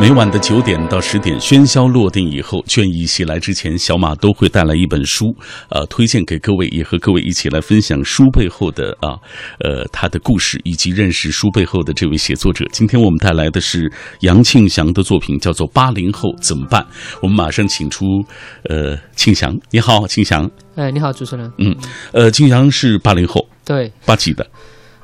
每晚的九点到十点，喧嚣落定以后，倦意袭来之前，小马都会带来一本书，呃，推荐给各位，也和各位一起来分享书背后的啊，呃，他的故事，以及认识书背后的这位写作者。今天我们带来的是杨庆祥的作品，叫做《八零后怎么办》。我们马上请出呃庆祥，你好，庆祥，哎，你好，主持人。呃，庆祥是八零后，对，八几的，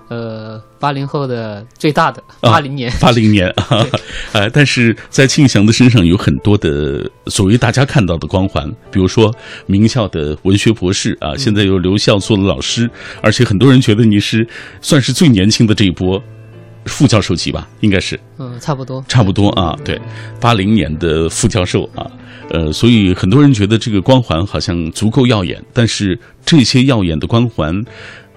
呃，八零后的最大的啊八零年，八零年啊， 呃，但是在庆祥的身上有很多的所谓大家看到的光环，比如说名校的文学博士啊，现在又留校做了老师，而且很多人觉得你是算是最年轻的这一波副教授级吧，应该是嗯，差不多。差不多啊，对，八零年的副教授啊，呃，所以很多人觉得这个光环好像足够耀眼，但是这些耀眼的光环。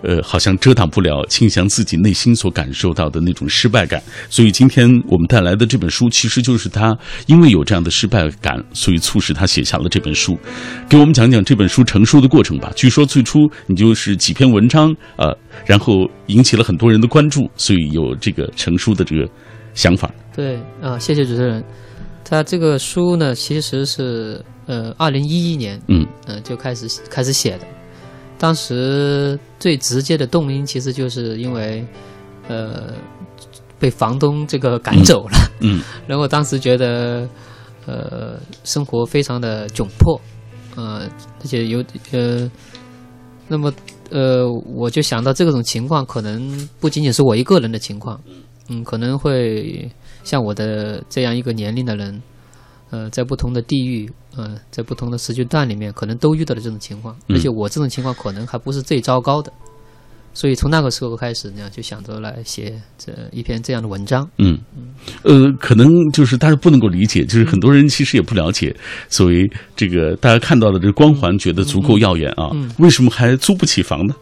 呃，好像遮挡不了庆祥自己内心所感受到的那种失败感，所以今天我们带来的这本书，其实就是他因为有这样的失败感，所以促使他写下了这本书。给我们讲讲这本书成书的过程吧。据说最初你就是几篇文章，呃，然后引起了很多人的关注，所以有这个成书的这个想法。对啊，谢谢主持人。他这个书呢，其实是呃，二零一一年，嗯，呃，就开始开始写的。当时最直接的动因，其实就是因为，呃，被房东这个赶走了。嗯嗯然后当时觉得，呃，生活非常的窘迫，呃，而且有呃，那么呃，我就想到这种情况可能不仅仅是我一个人的情况，嗯，可能会像我的这样一个年龄的人，呃，在不同的地域，呃，在不同的时间段里面，可能都遇到了这种情况，嗯而且我这种情况可能还不是最糟糕的，所以从那个时候开始呢，就想着来写这一篇这样的文章。嗯，呃，可能就是大家不能够理解，嗯就是很多人其实也不了解，所谓这个大家看到的这个光环，觉得足够耀眼啊，嗯为什么还租不起房呢？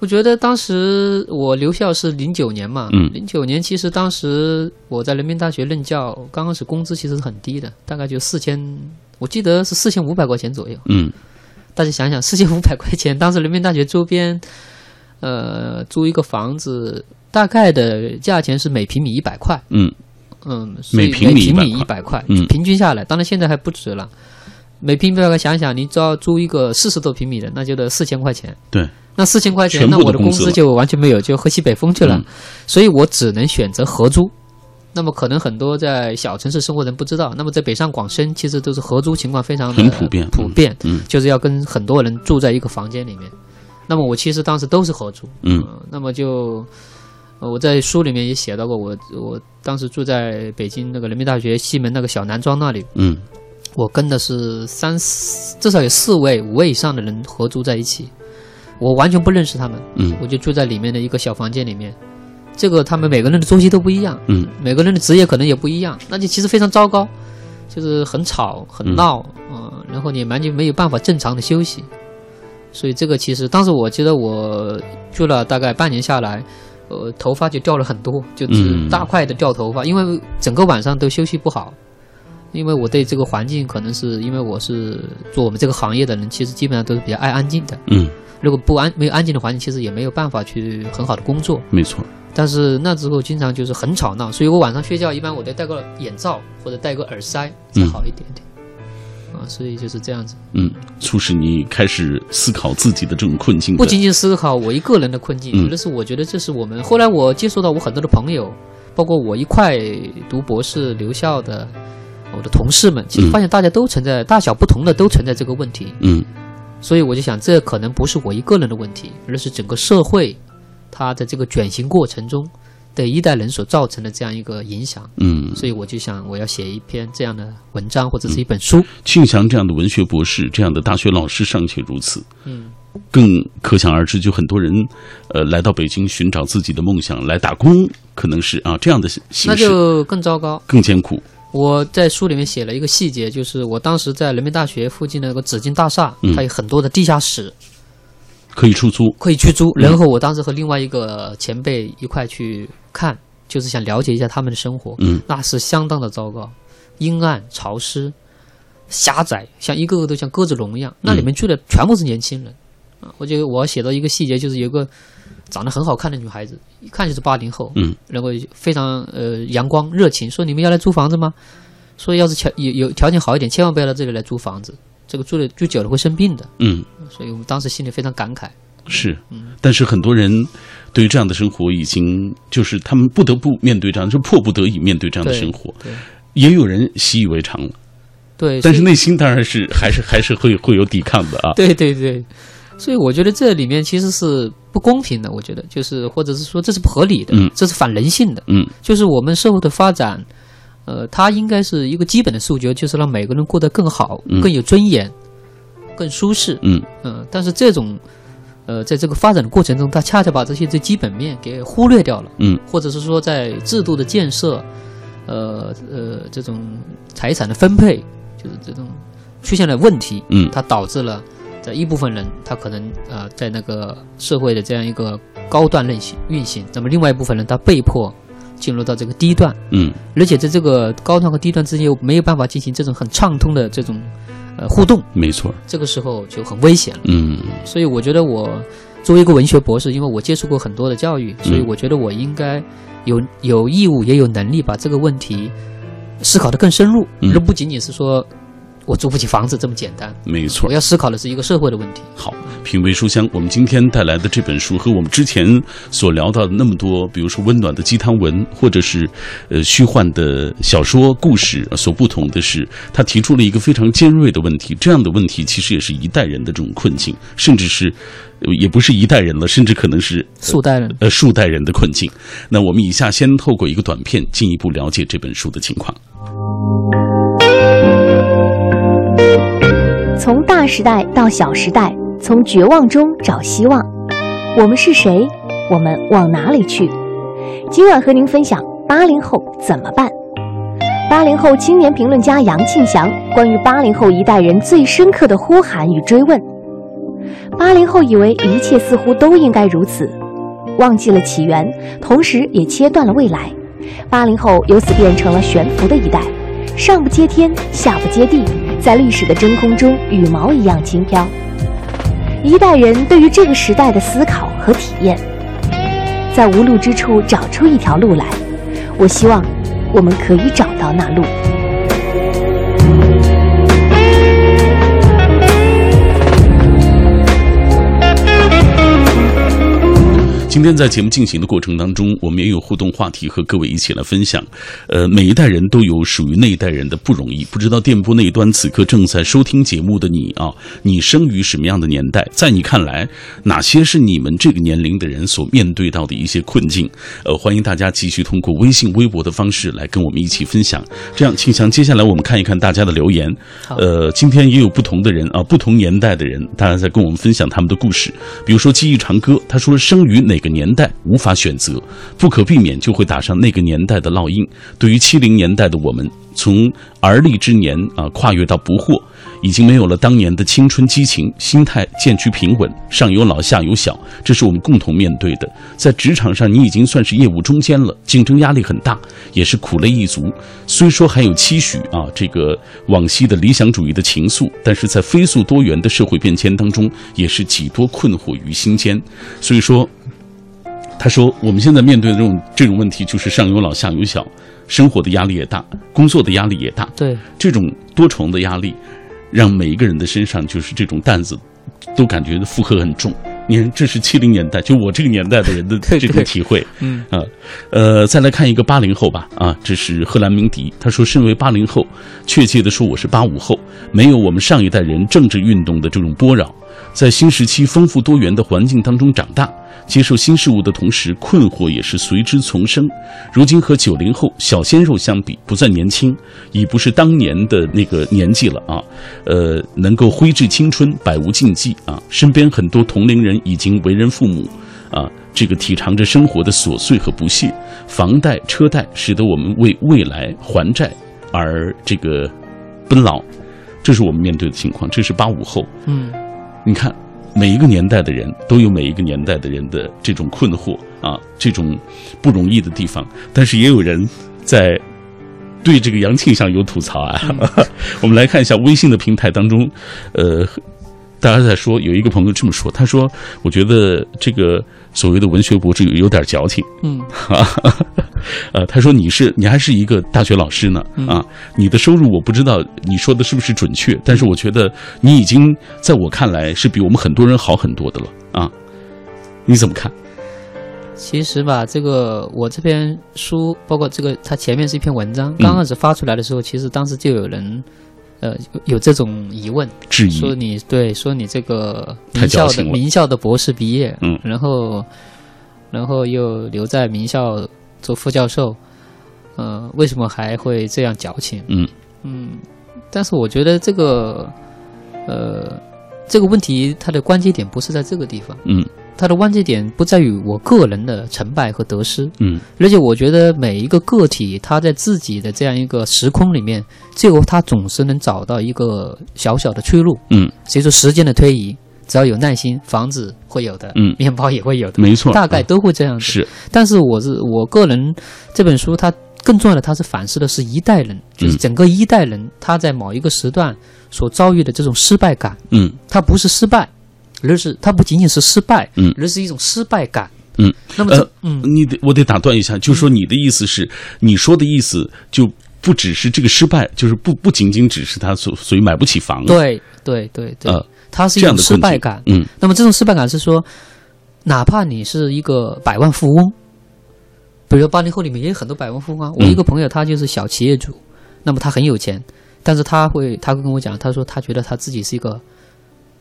我觉得当时我留校是零九年嘛，嗯零九年其实当时我在人民大学任教，刚开始工资其实是很低的，大概就四千，我记得是四千五百块钱左右。嗯大家想想，四千五百块钱，当时人民大学周边，呃，租一个房子，大概的价钱是每平米一百块，嗯嗯，所以每平米100每一百块，嗯平均下来，当然现在还不止了。每平米大概想想，你只要租一个四十多平米的，那就得四千块钱。对，那四千块钱，全部那的我的工工资资了就完全没有，就喝西北风去了。嗯所以我只能选择合租。那么可能很多在小城市生活的人不知道，那么在北上广深其实都是合租情况非常的很普遍普遍，嗯就是要跟很多人住在一个房间里面。那么我其实当时都是合租，嗯呃那么就呃我在书里面也写到过，我我当时住在北京那个人民大学西门那个小南庄那里，嗯我跟的是三四至少有四位五位以上的人合租在一起，我完全不认识他们，嗯我就住在里面的一个小房间里面。这个他们每个人的作息都不一样，嗯每个人的职业可能也不一样，那就其实非常糟糕，就是很吵很闹，嗯、然后你完全没有办法正常的休息，所以这个其实当时我记得我住了大概半年下来，呃，头发就掉了很多，就是嗯大块的掉头发，因为整个晚上都休息不好。因为我对这个环境，可能是因为我是做我们这个行业的人，其实基本上都是比较爱安静的。嗯，如果不安没有安静的环境，其实也没有办法去很好的工作。没错，但是那之后经常就是很吵闹，所以我晚上睡觉一般我得戴个眼罩或者戴个耳塞才好一点点。啊，所以就是这样子，嗯，促使你开始思考自己的这种困境的。不仅仅思考我一个人的困境，嗯有的是我觉得这是我们后来我接触到我很多的朋友，包括我一块读博士留校的我的同事们，其实嗯发现大家都存在、大小不同的都存在这个问题。嗯所以我就想，这可能不是我一个人的问题，而是整个社会，它的这个转型过程中对一代人所造成的这样一个影响。嗯，所以我就想，我要写一篇这样的文章或者是一本书。庆祥这样的文学博士，这样的大学老师尚且如此，嗯，更可想而知，就很多人，呃，来到北京寻找自己的梦想，来打工，可能是啊这样的形那形式就更糟糕。更艰苦。我在书里面写了一个细节，就是我当时在人民大学附近的那个紫金大厦，嗯它有很多的地下室可以出租，可以去租。嗯然后我当时和另外一个前辈一块去看，就是想了解一下他们的生活。嗯那是相当的糟糕，阴暗、潮湿、狭窄，像一个个都像嗯鸽子笼一样。那里面住的全部是年轻人，啊，我觉得我写到一个细节，就是有个长得很好看的女孩子，一看就是八零后，嗯，然后非常呃阳光热情，说你们要来租房子吗？说要是条有有条件好一点，千万不要到这里来租房子，这个住了住久了会生病的。嗯，所以我们当时心里非常感慨。是，但是很多人对于这样的生活已经就是他们不得不面对这样，就迫不得已面对这样的对生活，对也有人习以为常了，对，但所以是内心当然是还是还是会会有抵抗的啊。 对对对，所以我觉得这里面其实是不公平的。我觉得就是，或者是说这是不合理的，嗯这是反人性的。嗯，就是我们社会的发展，呃，它应该是一个基本的诉求，就是让每个人过得更好、嗯更有尊严、更舒适。嗯嗯、但是这种，呃，在这个发展的过程中，它恰恰把这些最基本面给忽略掉了。嗯，或者是说在制度的建设，呃呃，这种财产的分配，就是这种出现了问题。嗯它导致了在一部分人，他可能呃在那个社会的这样一个高段类型运行，那么另外一部分人他被迫进入到这个低段，嗯而且在这个高段和低段之间又没有办法进行这种很畅通的这种呃互动，没错儿，这个时候就很危险了。嗯所以我觉得我作为一个文学博士，因为我接触过很多的教育，所以我觉得我应该有有义务也有能力把这个问题思考得更深入，嗯而不仅仅是说我租不起房子这么简单。没错我儿。要思考的是一个社会的问题。好，品味书香，我们今天带来的这本书和我们之前所聊到的那么多，比如说温暖的鸡汤文，或者是呃虚幻的小说故事，呃所不同的是，他提出了一个非常尖锐的问题。这样的问题其实也是一代人的这种困境，甚至是呃也不是一代人了，甚至可能是数代人。呃数代人的困境。那我们以下先透过一个短片，进一步了解这本书的情况。从大时代到小时代，从绝望中找希望。我们是谁？我们往哪里去？今晚和您分享八零后怎么办。八零后青年评论家杨庆祥关于八零后一代人最深刻的呼喊与追问。八零后以为一切似乎都应该如此，忘记了起源，同时也切断了未来。八零后由此变成了悬浮的一代，上不接天，下不接地，在历史的真空中羽毛一样轻飘。一代人对于这个时代的思考和体验，在无路之处找出一条路来。我希望我们可以找到那路。今天在节目进行的过程当中，我们也有互动话题和各位一起来分享。呃，每一代人都有属于那一代人的不容易。不知道电波那一端此刻正在收听节目的你啊，你生于什么样的年代？在你看来，哪些是你们这个年龄的人所面对到的一些困境？呃，欢迎大家继续通过微信、微博的方式来跟我们一起分享。这样，庆祥，接下来我们看一看大家的留言。好呃，今天也有不同的人啊，不同年代的人，大家在跟我们分享他们的故事。比如说记忆长歌，他说生于哪个年代无法选择，不可避免就会打上那个年代的烙印。对于七零年代的我们，从而立之年啊、跨越到不惑，已经没有了当年的青春激情，心态渐趋平稳，上有老下有小，这是我们共同面对的。在职场上，你已经算是业务中间了，竞争压力很大，也是苦累一族。虽说还有期许啊，这个往昔的理想主义的情愫，但是在飞速多元的社会变迁当中，也是几多困惑于心间。所以说，他说我们现在面对的这种这种问题，就是上有老下有小，生活的压力也大，工作的压力也大，对这种多重的压力，让每一个人的身上就是这种担子，都感觉负荷很重。你看，这是七零年代，就我这个年代的人的 对这种对体会。嗯啊，呃，再来看一个八零后吧。啊，这是贺兰鸣笛，他说，身为八零后，确切的说我是八五后，没有我们上一代人政治运动的这种波扰，在新时期丰富多元的环境当中长大。接受新事物的同时，困惑也是随之丛生。如今和九零后小鲜肉相比，不再年轻，已不是当年的那个年纪了啊。呃，能够挥掷青春，百无禁忌啊。身边很多同龄人已经为人父母，啊，这个体尝着生活的琐碎和不屑。房贷、车贷使得我们为未来还债而这个奔劳，这是我们面对的情况。这是八五后，嗯，你看，每一个年代的人都有每一个年代的人的这种困惑啊，这种不容易的地方。但是也有人在对这个 杨庆祥有吐槽啊。我们来看一下微信的平台当中，呃，大家在说，有一个朋友这么说，他说：“我觉得这个所谓的文学博士有有点矫情。”嗯， 呃，他说：“你是你还是一个大学老师呢嗯啊，你的收入我不知道你说的是不是准确，但是我觉得你已经在我看来是比我们很多人好很多的了啊。”你怎么看？其实吧，这个我这篇书，包括这个，它前面是一篇文嗯章，刚开始发出来的时候，其实当时就有人，呃，有有这种疑问，质疑说你对，说你这个嗯太名矫校情的了名校的博士毕业，嗯然后，然后又留在名校做副教授，呃，为什么还会这样矫情？嗯嗯，但是我觉得这个，呃，这个问题它的关键点不是在这个地方，嗯它的关键点不在于我个人的成败和得失，嗯而且我觉得每一个个体，他在自己的这样一个时空里面，最后他总是能找到一个小小的出路。嗯，随着时间的推移，只要有耐心，房子会有的，嗯面包也会有的，没错，大概啊都会这样子。是但是我是我个人，这本书它更重要的，它是反思的是一代人，嗯就是整个一代人他在某一个时段所遭遇的这种失败感，嗯它不是失败，而是它不仅仅是失败，嗯而是一种失败感。嗯，那么这、呃，你得我得打断一下，就是说你的意思是，你说的意思就不只是这个失败，就是不不仅仅只是他所所以买不起房，对对对对，呃，它是一这样种的失困败境感。嗯那么这种失败感是说，哪怕你是一个百万富翁，比如说八零后里面也有很多百万富翁啊。我嗯一个朋友他就是小企业主，那么他很有钱，但是他会他会跟我讲，他说他觉得他自己是一个，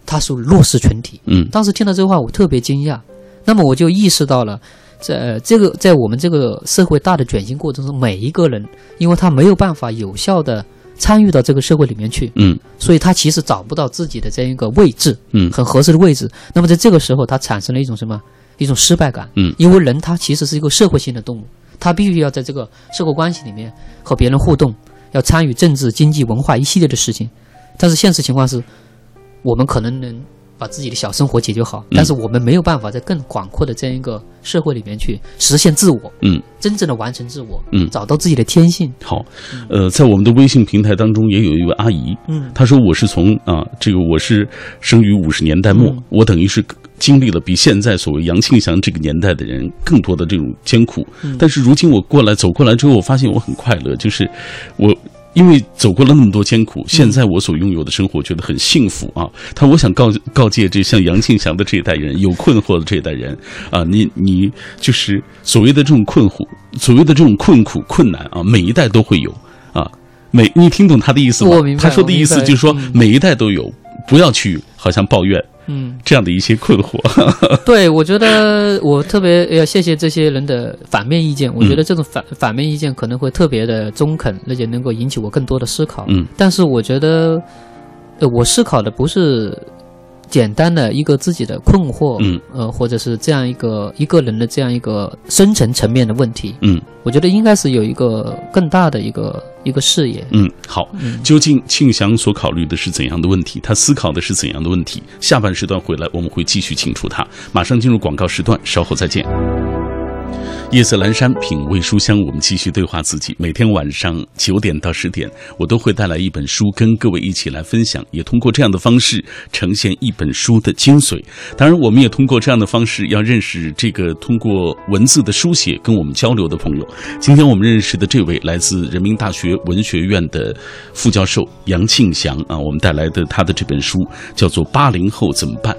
他属于弱势群体。嗯当时听到这话，我特别惊讶。那么我就意识到了，在呃这个在我们这个社会大的转型过程中，每一个人，因为他没有办法有效的参与到这个社会里面去，嗯所以他其实找不到自己的这样一个位置，嗯很合适的位置。那么在这个时候，他产生了一种什么？一种失败感。嗯，因为人他其实是一个社会性的动物，他必须要在这个社会关系里面和别人互动，要参与政治、经济、文化一系列的事情。但是现实情况是，我们可能能把自己的小生活解决好，但是我们没有办法在更广阔的这样一个社会里面去实现自我，嗯，真正的完成自我，嗯找到自己的天性。好，呃，在我们的微信平台当中也有一位阿姨，嗯她说我是从啊、这个我是生于五十年代末，嗯我等于是经历了比现在所谓杨庆祥这个年代的人更多的这种艰苦。嗯但是如今我过来走过来之后，我发现我很快乐，就是我。因为走过了那么多艰嗯苦，现在我所拥有的生活觉得很幸福啊！他我想告告诫这像杨庆祥的这一代人，有困惑的这一代人啊，你你就是所谓的这种困苦，所谓的这种困苦困难啊，每一代都会有啊。每你听懂他的意思吗？我明白他说的意思就是说我明白嗯每一代都有，不要去好像抱怨嗯。这样的一些困惑。 对，我觉得我特别要谢谢这些人的反面意见。我觉得这种反、反面意见可能会特别的中肯，而且能够引起我更多的思考。嗯，但是我觉得，呃，我思考的不是简单的一个自己的困惑，嗯，呃，或者是这样一个一个人的这样一个深层层面的问题。嗯我觉得应该是有一个更大的一个一个视野。嗯，好。究竟庆祥所考虑的是怎样的问题？他思考的是怎样的问题？下半时段回来我们会继续请出他。马上进入广告时段，稍后再见。夜色阑珊，品味书香。我们继续对话自己。每天晚上九点到十点，我都会带来一本书，跟各位一起来分享，也通过这样的方式呈现一本书的精髓。当然，我们也通过这样的方式，要认识这个通过文字的书写跟我们交流的朋友。今天我们认识的这位来自人民大学文学院的副教授杨庆祥啊，我们带来的他的这本书叫做《八零后怎么办》。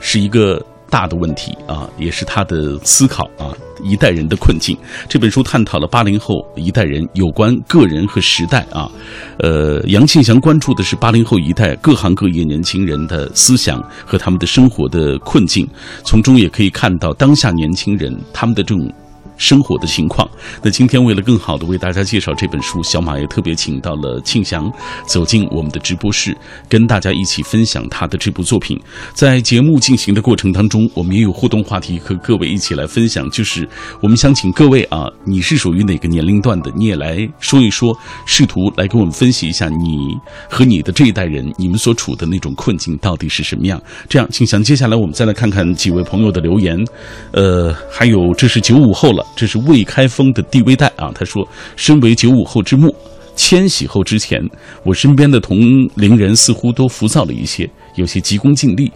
是一个大的问题啊，也是他的思考啊，一代人的困境。这本书探讨了八零后一代人有关个人和时代啊，呃，杨庆祥关注的是八零后一代各行各业年轻人的思想和他们的生活的困境，从中也可以看到当下年轻人他们的这种。生活的情况。那今天为了更好的为大家介绍这本书，小马也特别请到了庆祥走进我们的直播室，跟大家一起分享他的这部作品。在节目进行的过程当中，我们也有互动话题和各位一起来分享，就是我们想请各位啊，你是属于哪个年龄段的，你也来说一说，试图来给我们分析一下你和你的这一代人，你们所处的那种困境到底是什么样。这样，请想接下来我们再来看看几位朋友的留言，呃，还有这是九五后了，这是未开封的地微带啊，他说，身为九五后之末。迁徙后之前，我身边的同龄人似乎都浮躁了一些，有些急功近利。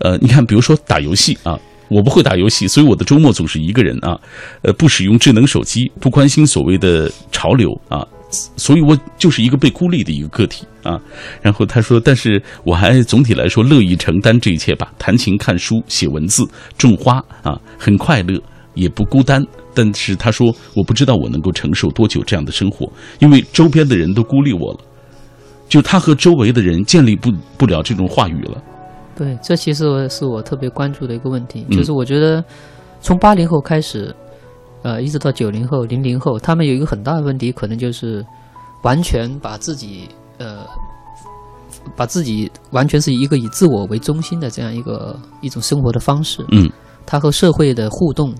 呃，你看，比如说打游戏啊， 我不会打游戏，所以我的周末总是一个人啊，呃，不使用智能手机，不关心所谓的潮流啊，所以我就是一个被孤立的一个个体啊。然后他说，但是我还总体来说乐意承担这一切吧，弹琴、看书、写文字、种花啊，很快乐，也不孤单。但是他说，我不知道我能够承受多久这样的生活，因为周边的人都孤立我了，就他和周围的人建立不不了这种话语了。对，这其实我是我特别关注的一个问题，嗯就是我觉得从八零后开始，呃，一直到九零后、零零后，他们有一个很大的问题，可能就是完全把自己呃，把自己完全是一个以自我为中心的这样一个一种生活的方式，嗯，他和社会的互动，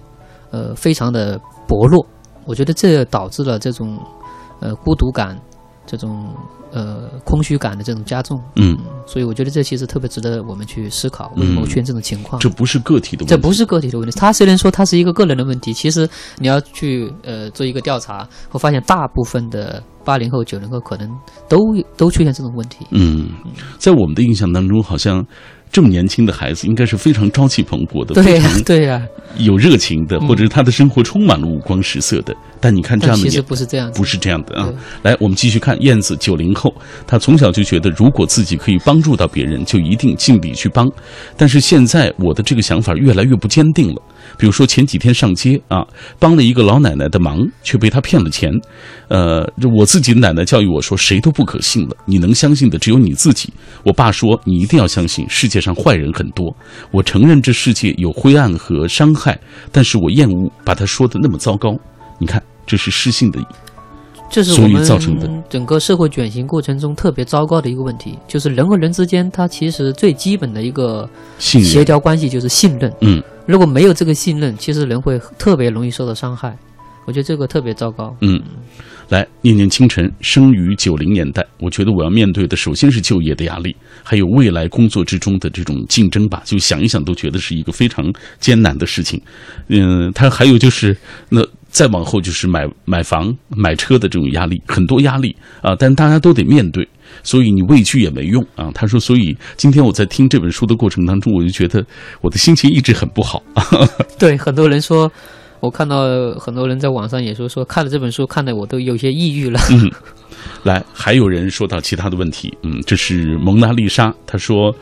呃，非常的薄弱。我觉得这导致了这种呃孤独感、这种呃空虚感的这种加重。嗯，所以我觉得这其实特别值得我们去思考，为什么会出现这种情况？这不是个体的问题，这不是个体的问题，他虽然说他是一个个人的问题，其实你要去呃做一个调查，会发现大部分的八零后、九零后可能都都出现这种问题。嗯，在我们的印象当中，好像这么年轻的孩子应该是非常朝气蓬勃的，对非呀、常对呀、有热情的，或者是他的生活充满了五光十色的。但你看这嗯但样的其实年，不是这样子不。是这样的啊对。来，我们继续看燕子，九零后，她从小就觉得，如果自己可以帮助到别人，就一定尽力去帮。但是现在我的这个想法越来越不坚定了。比如说前几天上街啊，帮了一个老奶奶的忙，却被她骗了钱。呃，这我自己的奶奶教育我说，谁都不可信了，你能相信的只有你自己。我爸说，你一定要相信，世界上坏人很多。我承认这世界有灰暗和伤害，但是我厌恶把它说的那么糟糕。你看，这是失信的这是所我以们造成的整个社会转型过程中特别糟糕的一个问题，就是人和人之间，它其实最基本的一个信协任。调关系就是信任。嗯，如果没有这个信任，其实人会特别容易受到伤害。我觉得这个特别糟糕。嗯，来念念清晨，生于九零年代，我觉得我要面对的首先是就业的压力，还有未来工作之中的这种竞争吧，就想一想都觉得是一个非常艰难的事情。嗯，他还有就是那。再往后就是买买房、买车的这种压力，很多压力啊，但大家都得面对，所以你畏惧也没用啊。他说，所以今天我在听这本书的过程当中，我就觉得我的心情一直很不好啊。对，很多人说，我看到很多人在网上也说说看了这本书，看得我都有些抑郁了。来，还有人说到其他的问题，嗯，这是蒙娜丽莎，她说，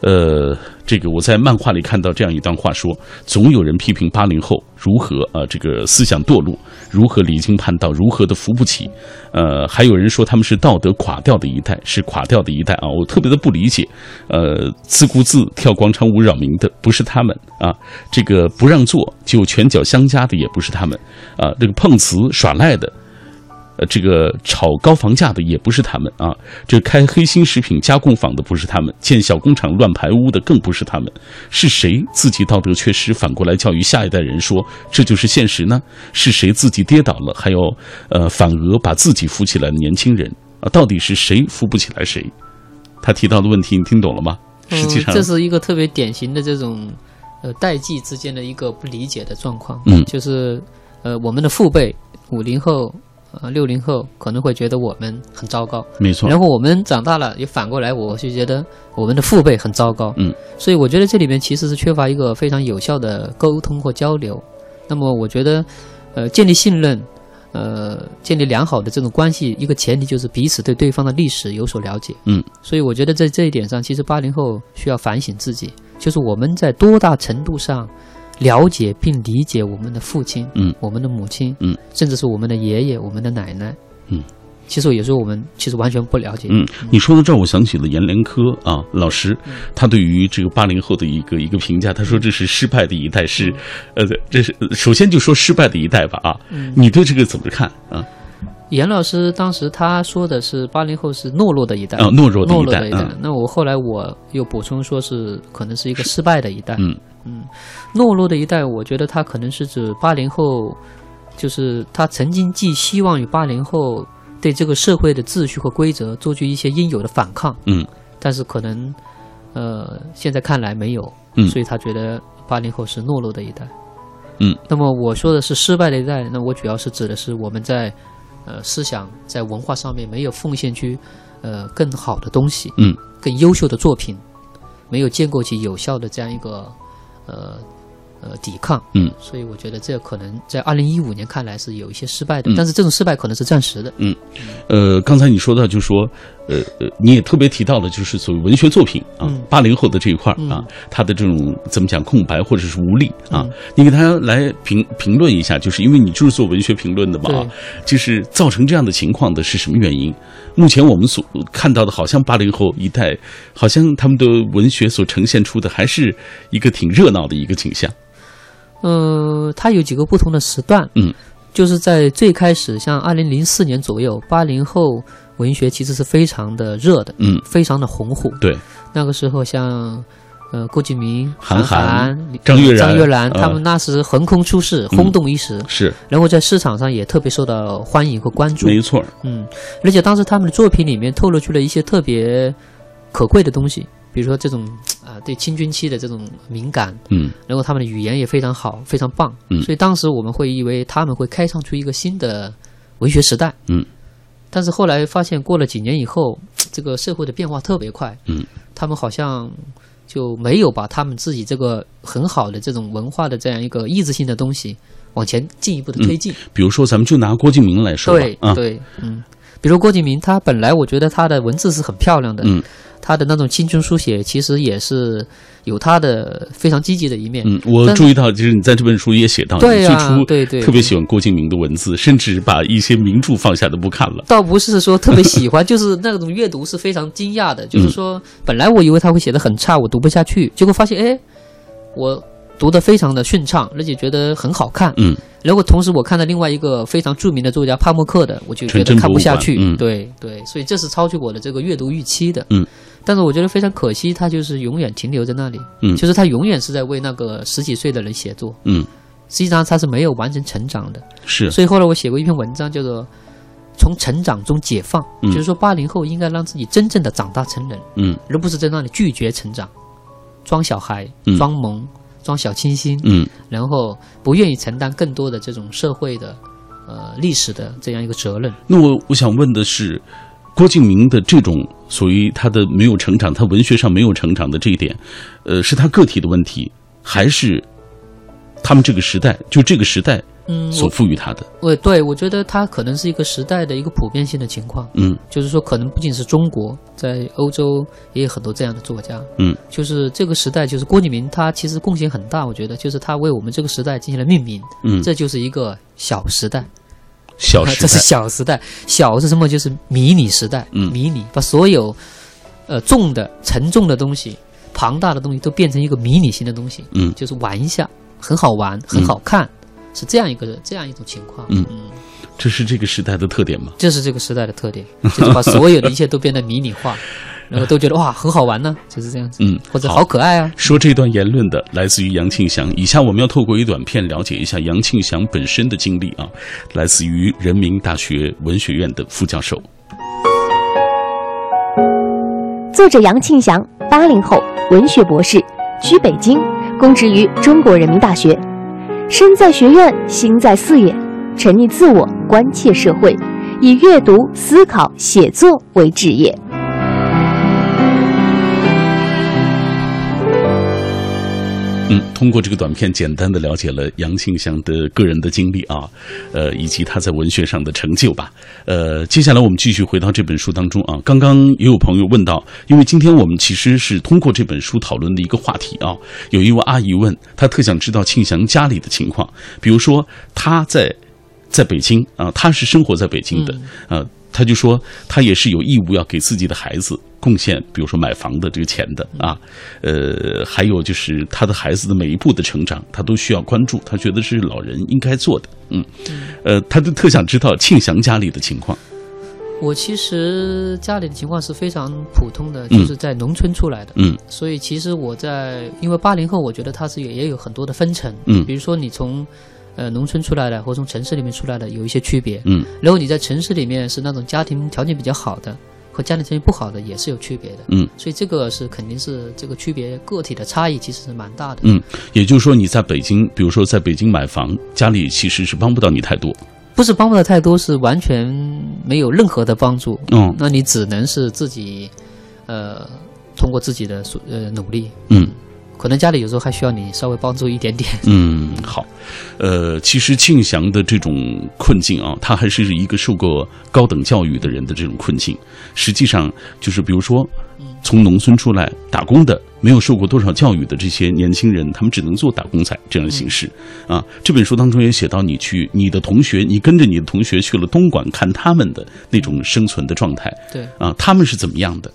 呃，这个我在漫画里看到这样一段话说，总有人批评八零后如何啊、呃这个思想堕落，如何离经叛道，如何的扶不起，呃，还有人说他们是道德垮掉的一代，是垮掉的一代啊，我特别的不理解，呃，自顾自跳广场舞扰民的不是他们啊，这个不让座就拳脚相加的也不是他们啊，这个碰瓷耍赖的。呃，这个炒高房价的也不是他们啊，这开黑心食品加工坊的不是他们，建小工厂乱排污的更不是他们，是谁自己道德缺失，反过来教育下一代人说这就是现实呢？是谁自己跌倒了，还有呃反而把自己扶起来的年轻人啊？到底是谁扶不起来谁？他提到的问题你听懂了吗？实际上，嗯，这是一个特别典型的这种呃代际之间的一个不理解的状况。嗯就是呃我们的父辈五零后呃六零后可能会觉得我们很糟糕，没错，然后我们长大了也反过来，我就觉得我们的父辈很糟糕。嗯，所以我觉得这里面其实是缺乏一个非常有效的沟通或交流。那么我觉得，呃，建立信任。呃，建立良好的这种关系，一个前提就是彼此对对方的历史有所了解。嗯，所以我觉得在这一点上，其实八零后需要反省自己，就是我们在多大程度上了解并理解我们的父亲、嗯，我们的母亲，嗯，甚至是我们的爷爷、我们的奶奶，嗯，其实有时候我们其实完全不了解，嗯，你说到这儿，我想起了阎连科啊老师，嗯他对于这个八零后的一个一个评价，他说这是失败的一代，是，嗯呃，这是首先就说失败的一代吧啊，你对这个怎么看啊？严老师当时他说的是八零后是懦弱的一代，啊，懦弱的懦一弱的代一，代嗯。那我后来我又补充说是可能是一个失败的一代。嗯懦弱的一代，我觉得它可能是指八零后，就是他曾经寄希望于八零后对这个社会的秩序和规则做出一些应有的反抗。嗯，但是可能呃现在看来没有，嗯所以他觉得八零后是懦弱的一代。嗯，那么我说的是失败的一代，那我主要是指的是我们在呃思想在文化上面没有奉献出呃更好的东西，嗯，更优秀的作品，没有建构起有效的这样一个呃呃抵抗，嗯，所以我觉得这可能在二零一五年看来是有一些失败的，嗯但是这种失败可能是暂时的，呃，刚才你说到，就是说，呃呃，你也特别提到了，就是所谓文学作品啊嗯，八零、后的这一块儿啊，他的这种怎么讲空白或者是无力嗯啊，你给大家来评评论一下，就是因为你就是做文学评论的嘛啊对，就是造成这样的情况的是什么原因？目前我们所看到的，好像八零后一代，好像他们的文学所呈现出的还是一个挺热闹的一个景象。呃，它有几个不同的时段，嗯，就是在最开始，像二零零四年左右，八零后文学其实是非常的热的，嗯，非常的红火。对，那个时候像呃顾敬明、韩寒寒、张悦然嗯张悦然，呃他们那时横空出世，轰动一时，是然后在市场上也特别受到欢迎和关注。没错儿，嗯，而且当时他们的作品里面透露出了一些特别可贵的东西，比如说这种啊、对青春期的这种敏感，嗯然后他们的语言也非常好，非常棒，嗯所以当时我们会以为他们会开创出一个新的文学时代，嗯，但是后来发现过了几年以后，这个社会的变化特别快，嗯，他们好像就没有把他们自己这个很好的这种文化的这样一个意志性的东西往前进一步的推进，比如说咱们就拿郭敬明来嗯说吧对、啊，对，嗯，比如郭敬明，他本来我觉得他的文字是很漂亮的，嗯他的那种青春书写其实也是有他的非常积极的一面，嗯，我但注意到，就是你在这本书也写到，你对最呀、初对对，特别喜欢郭敬明的文字，甚至把一些名著放下都不看了。倒不是说特别喜 欢，就是那种阅读是非常惊讶的。嗯就是说，本来我以为他会写的很差，我读不下去，结果发现，哎，我读的非常的顺畅，而且觉得很好看。嗯，然后同时我看到另外一个非常著名的作家帕慕克的，我就觉得看不下去。纯真博物馆嗯对对，所以这是超出我的这个阅读预期的。嗯，但是我觉得非常可惜，他就是永远停留在那里。嗯就是他永远是在为那个十几岁的人写作，嗯，实际上他是没有完成成长的。是，所以后来我写过一篇文章，叫做《从成长中解放》，嗯就是说八零后应该让自己真正的长大成人，嗯而不是在那里拒绝成长，装小孩嗯、装萌、装小清新，嗯然后不愿意承担更多的这种社会的、呃历史的这样一个责任。那我我想问的是，郭敬明的这种属于他的没有成长，他文学上没有成长的这一点，呃，是他个体的问题，还是他们这个时代就这个时代嗯，所我赋予他的？我对我觉得它可能是一个时代的一个普遍性的情况。嗯就是说，可能不仅是中国，在欧洲也有很多这样的作家。嗯，就是这个时代，就是郭敬明，他其实贡献很大，我觉得，就是他为我们这个时代进行了命名，嗯，这就是一个小时代。小时 这是代，小时代，小是什么？就是迷你时代，嗯迷你把所有呃重的、沉重的东西、庞大的东西都变成一个迷你型的东西，嗯就是玩一下，很好玩，很好看，是这样一个这样一种情况。嗯嗯，这是这个时代的特点吗？这是这个时代的特点， 就是把所有的一切都变得迷你 化，然后都觉得哇很好玩呢，就是这样子，嗯，或者好可爱啊，说这段言论的来自于杨庆祥。以下我们要透过一短片了解一下杨庆祥本身的经历啊，来自于人民大学文学院的副教授。作者杨庆祥，八零后，文学博士，居北京，供职于中国人民大学。身在学院，心在四野，沉溺自我，关切社会，以阅读、思考、写作为职业。嗯，通过这个短片，简单的了解了杨庆祥的个人的经历啊，呃，以及他在文学上的成就吧。呃，接下来我们继续回到这本书当中啊。刚刚也有朋友问到，因为今天我们其实是通过这本书讨论的一个话题啊。有一位阿姨问，她特想知道庆祥家里的情况，比如说他在在北京啊，他是生活在北京的，呃，他就说他也是有义务要给自己的孩子贡献，比如说买房的这个钱的啊，呃，还有就是他的孩子的每一步的成长，他都需要关注，他觉得是老人应该做的，嗯，呃，他就特想知道庆祥家里的情况，我其实家里的情况是非常普通的，就是在农村出来的，嗯所以其实我在因为八零后，我觉得他是也也有很多的分层，嗯比如说你从呃农村出来的或从城市里面出来的有一些区别，嗯然后你在城市里面是那种家庭条件比较好的和家庭条件不好的也是有区别的，嗯，所以这个是肯定是这个区别个体的差异其实是蛮大的，嗯，也就是说你在北京，比如说在北京买房，家里其实是帮不到你太多，不是帮不了太多，是完全没有任何的帮助。嗯那你只能是自己，呃，通过自己的所呃努力，嗯。可能家里有时候还需要你稍微帮助一点 点。嗯，好，呃，其实庆祥的这种困境啊，他还是一个受过高等教育的人的这种困境。实际上，就是比如说，从农村出来打工的，没有受过多少教育的这些年轻人，他们只能做打工仔这样的形式、嗯啊。这本书当中也写到，你去你的同学，你跟着你的同学去了东莞，看他们的那种生存的状态对，啊，他们是怎么样的？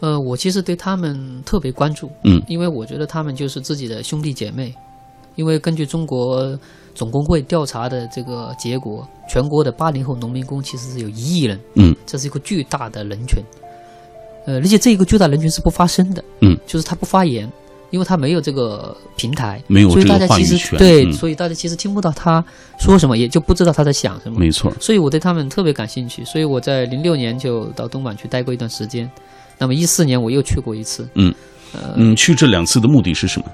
呃，我其实对他们特别关注，嗯因为我觉得他们就是自己的兄弟姐妹。因为根据中国总工会调查的这个结果，全国的八零后农民工其实是有一亿人，嗯，这是一个巨大的人群。呃，而且这一个巨大人群是不发声的，嗯，就是他不发言，因为他没有这个平台，没有所以这大个家话其语实权对，嗯所以大家其实听不到他说什么，也就不知道他在想什么。没错，所以我对他们特别感兴趣，所以我在零六年就到东莞去待过一段时间，那么一四年我又去过一次，嗯，去这两次的目的是什么？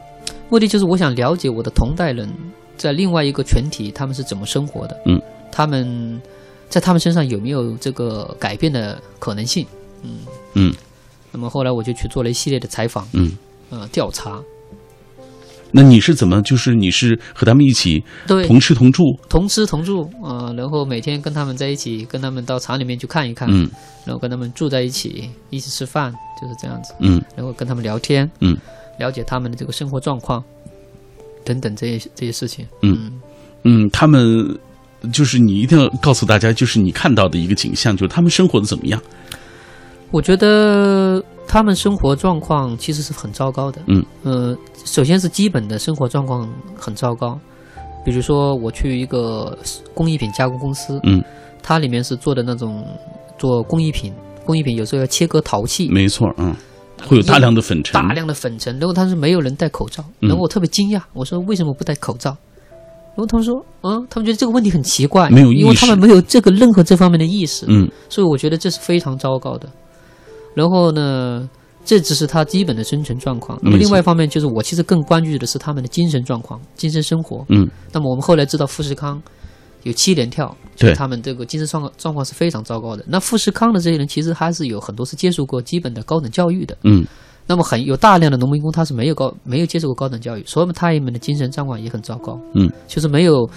目的就是我想了解我的同代人在另外一个群体他们是怎么生活的，嗯，他们在他们身上有没有这个改变的可能性，嗯嗯，那么后来我就去做了一系列的采访，嗯，呃，调查，那你是怎么？就是你是和他们一起对，同吃同住，同吃同住，呃，然后每天跟他们在一起，跟他们到厂里面去看一看，嗯然后跟他们住在一起，一起吃饭，就是这样子。嗯然后跟他们聊天，嗯，了解他们的这个生活状况，等等这些这些事情，嗯嗯，他们就是你一定要告诉大家，就是你看到的一个景象，就是他们生活的怎么样？我觉得他们生活状况其实是很糟糕的，嗯，呃，首先是基本的生活状况很糟糕，比如说我去一个工艺品加工公司，嗯，它里面是做的那种做工艺品，工艺品有时候要切割陶器，没错，嗯，会有大量的粉尘，大量的粉尘，然后他是没有人戴口罩，嗯然后我特别惊讶，我说为什么不戴口罩？然后他们说，嗯，他们觉得这个问题很奇怪，没有意识因为他们没有这个任何这方面的意识，嗯所以我觉得这是非常糟糕的。然后呢，这只是他基本的生存状况。那么没错另外一方面就是，我其实更关注的是他们的精神状况、精神生活。嗯那么我们后来知道富士康有七连跳，对就是他们这个精神状况状况是非常糟糕的。那富士康的这些人其实还是有很多是接受过基本的高等教育的。嗯那么很有大量的农民工他是没有高没有接受过高等教育，所以他们的精神状况也很糟糕，嗯，就是没有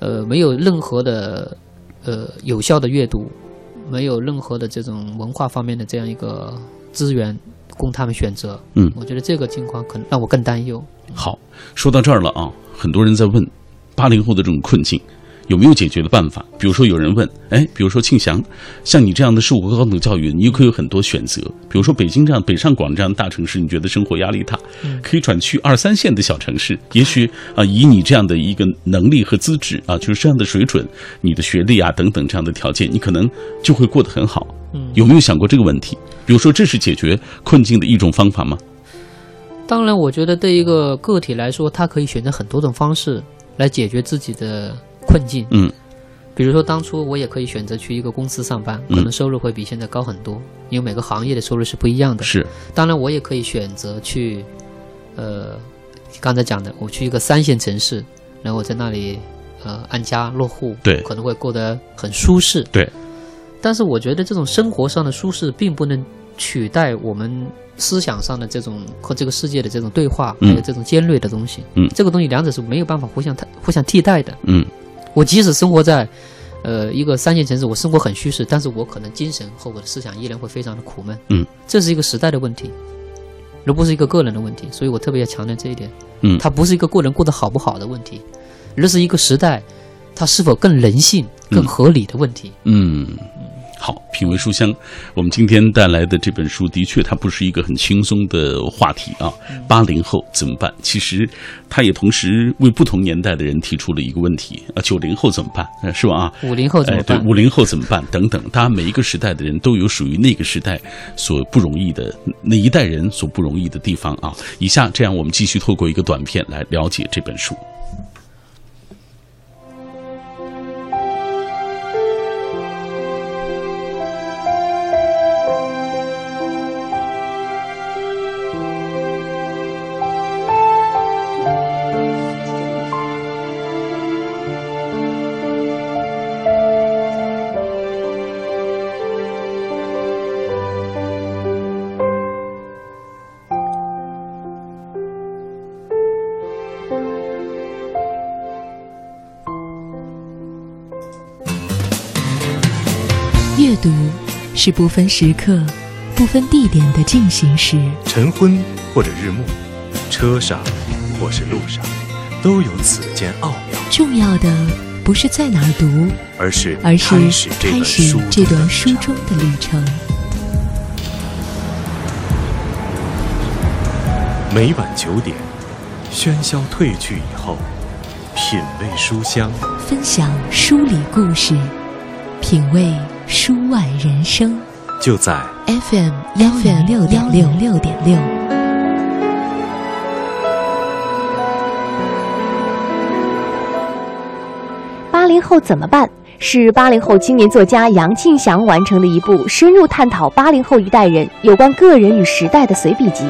呃没有任何的呃有效的阅读，没有任何的这种文化方面的这样一个资源供他们选择，嗯我觉得这个情况可能让我更担忧。好，说到这儿了啊，很多人在问八零后的这种困境有没有解决的办法？比如说有人问，哎，比如说庆祥，像你这样的受过高等教育，你可以有很多选择。比如说北京这样、北上广这样的大城市，你觉得生活压力大，可以转去二三线的小城市。也许啊、以你这样的一个能力和资质啊，就是这样的水准，你的学历啊等等这样的条件，你可能就会过得很好。嗯有没有想过这个问题？比如说，这是解决困境的一种方法吗？当然，我觉得对一个个体来说，他可以选择很多种方式来解决自己的困境。嗯，比如说当初我也可以选择去一个公司上班，嗯可能收入会比现在高很多，因为每个行业的收入是不一样的。是，当然，我也可以选择去，呃，刚才讲的，我去一个三线城市，然后我在那里呃安家落户，对可能会过得很舒适。对，但是我觉得这种生活上的舒适并不能取代我们思想上的这种和这个世界的这种对话，嗯还有这种尖锐的东西。嗯这个东西两者是没有办法互相互相替代的。嗯。我即使生活在。呃，一个三线城市，我生活很虚实，但是我可能精神和我的思想依然会非常的苦闷。嗯，这是一个时代的问题，而不是一个个人的问题，所以我特别要强调这一点。嗯它不是一个个人过得好不好的问题，而是一个时代它是否更人性、嗯更合理的问题。嗯，好，品味书香，我们今天带来的这本书，的确它不是一个很轻松的话题啊。八零后怎么办？其实，它也同时为不同年代的人提出了一个问题啊。九零后怎么办？呃是吧？啊，五零后怎么哎，对办？，五零后怎么办？等等，大家每一个时代的人都有属于那个时代所不容易的那一代人所不容易的地方啊。以下这样，我们继续透过一个短片来了解这本书。我阅读是不分时刻、不分地点的进行时。晨昏或者日暮，车上或是路上，都有此间奥妙，重要的不是在哪儿读，而是而是开始这开本始书这段的书旅程中的旅程。每晚九点，喧嚣褪去以后，品味书香，分享书里故事，品味书外人生。就在 FM 幺零六点六六点六。八零后怎么办？是八零后青年作家杨庆祥完成的一部深入探讨八零后一代人有关个人与时代的随笔集。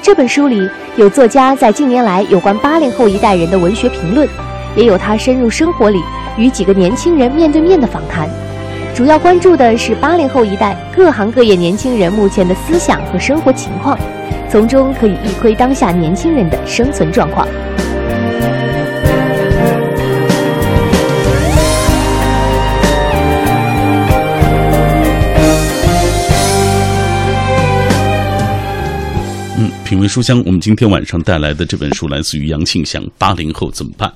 这本书里有作家在近年来有关八零后一代人的文学评论，也有他深入生活里与几个年轻人面对面的访谈。主要关注的是八零后一代各行各业年轻人目前的思想和生活情况，从中可以一窥当下年轻人的生存状况。嗯，品味书香，我们今天晚上带来的这本书来自于杨庆祥，《八零后怎么办》。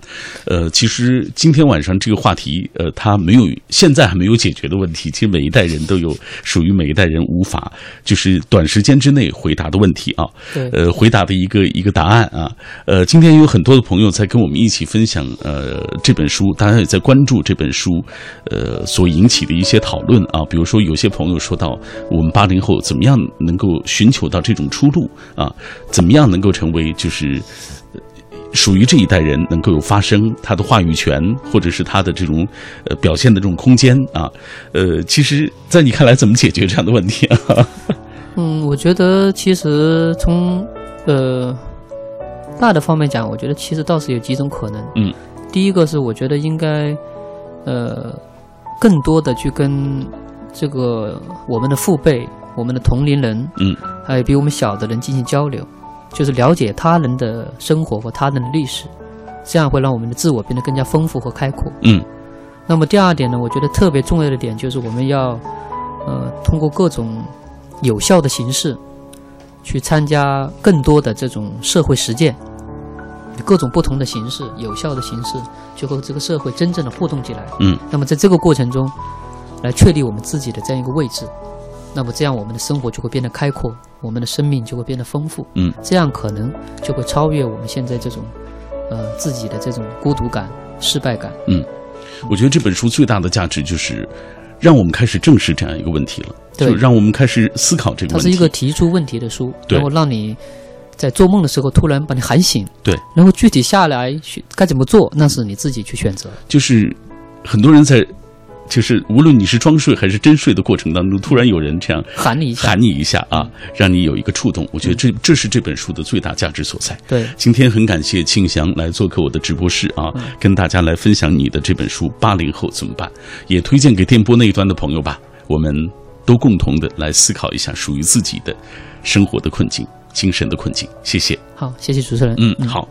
呃，其实今天晚上这个话题，呃，它没有现在还没有解决的问题，其实每一代人都有属于每一代人无法就是短时间之内回答的问题啊。对，呃，回答的一个一个答案啊。呃，今天有很多的朋友在跟我们一起分享呃这本书，大家也在关注这本书，呃所引起的一些讨论啊。比如说，有些朋友说到我们八零后怎么样能够寻求到这种出路啊？怎么样能够成为就是呃属于这一代人能够有发声，他的话语权，或者是他的这种呃表现的这种空间啊，呃，其实，在你看来怎么解决这样的问题啊？ 嗯，我觉得其实从呃大的方面讲，我觉得其实倒是有几种可能。嗯，第一个是我觉得应该呃更多的去跟这个我们的父辈、我们的同龄人，嗯，还有比我们小的人进行交流，就是了解他人的生活和他人的历史，这样会让我们的自我变得更加丰富和开阔。嗯，那么第二点呢，我觉得特别重要的点就是我们要，呃，通过各种有效的形式，去参加更多的这种社会实践，各种不同的形式，有效的形式，去和这个社会真正的互动起来。嗯，那么在这个过程中，来确立我们自己的这样一个位置，那么这样我们的生活就会变得开阔，我们的生命就会变得丰富。嗯，这样可能就会超越我们现在这种，呃，自己的这种孤独感、失败感。我觉得这本书最大的价值就是，让我们开始正视这样一个问题了，对就让我们开始思考这个它问是题。一个提出问题的书，对然后让你在做梦的时候突然把你喊醒，对，然后具体下来选该怎么做，那是你自己去选择。就是很多人在，就是无论你是装睡还是真睡的过程当中，突然有人这样喊你一下，嗯喊你一下啊，让你有一个触动。我觉得这这是这本书的最大价值所在。对，今天很感谢庆祥来做客我的直播室啊，跟大家来分享你的这本书《八零后怎么办》，也推荐给电波那一端的朋友吧。我们都共同的来思考一下属于自己的生活的困境、精神的困境。谢谢。好，谢谢主持人。嗯，好。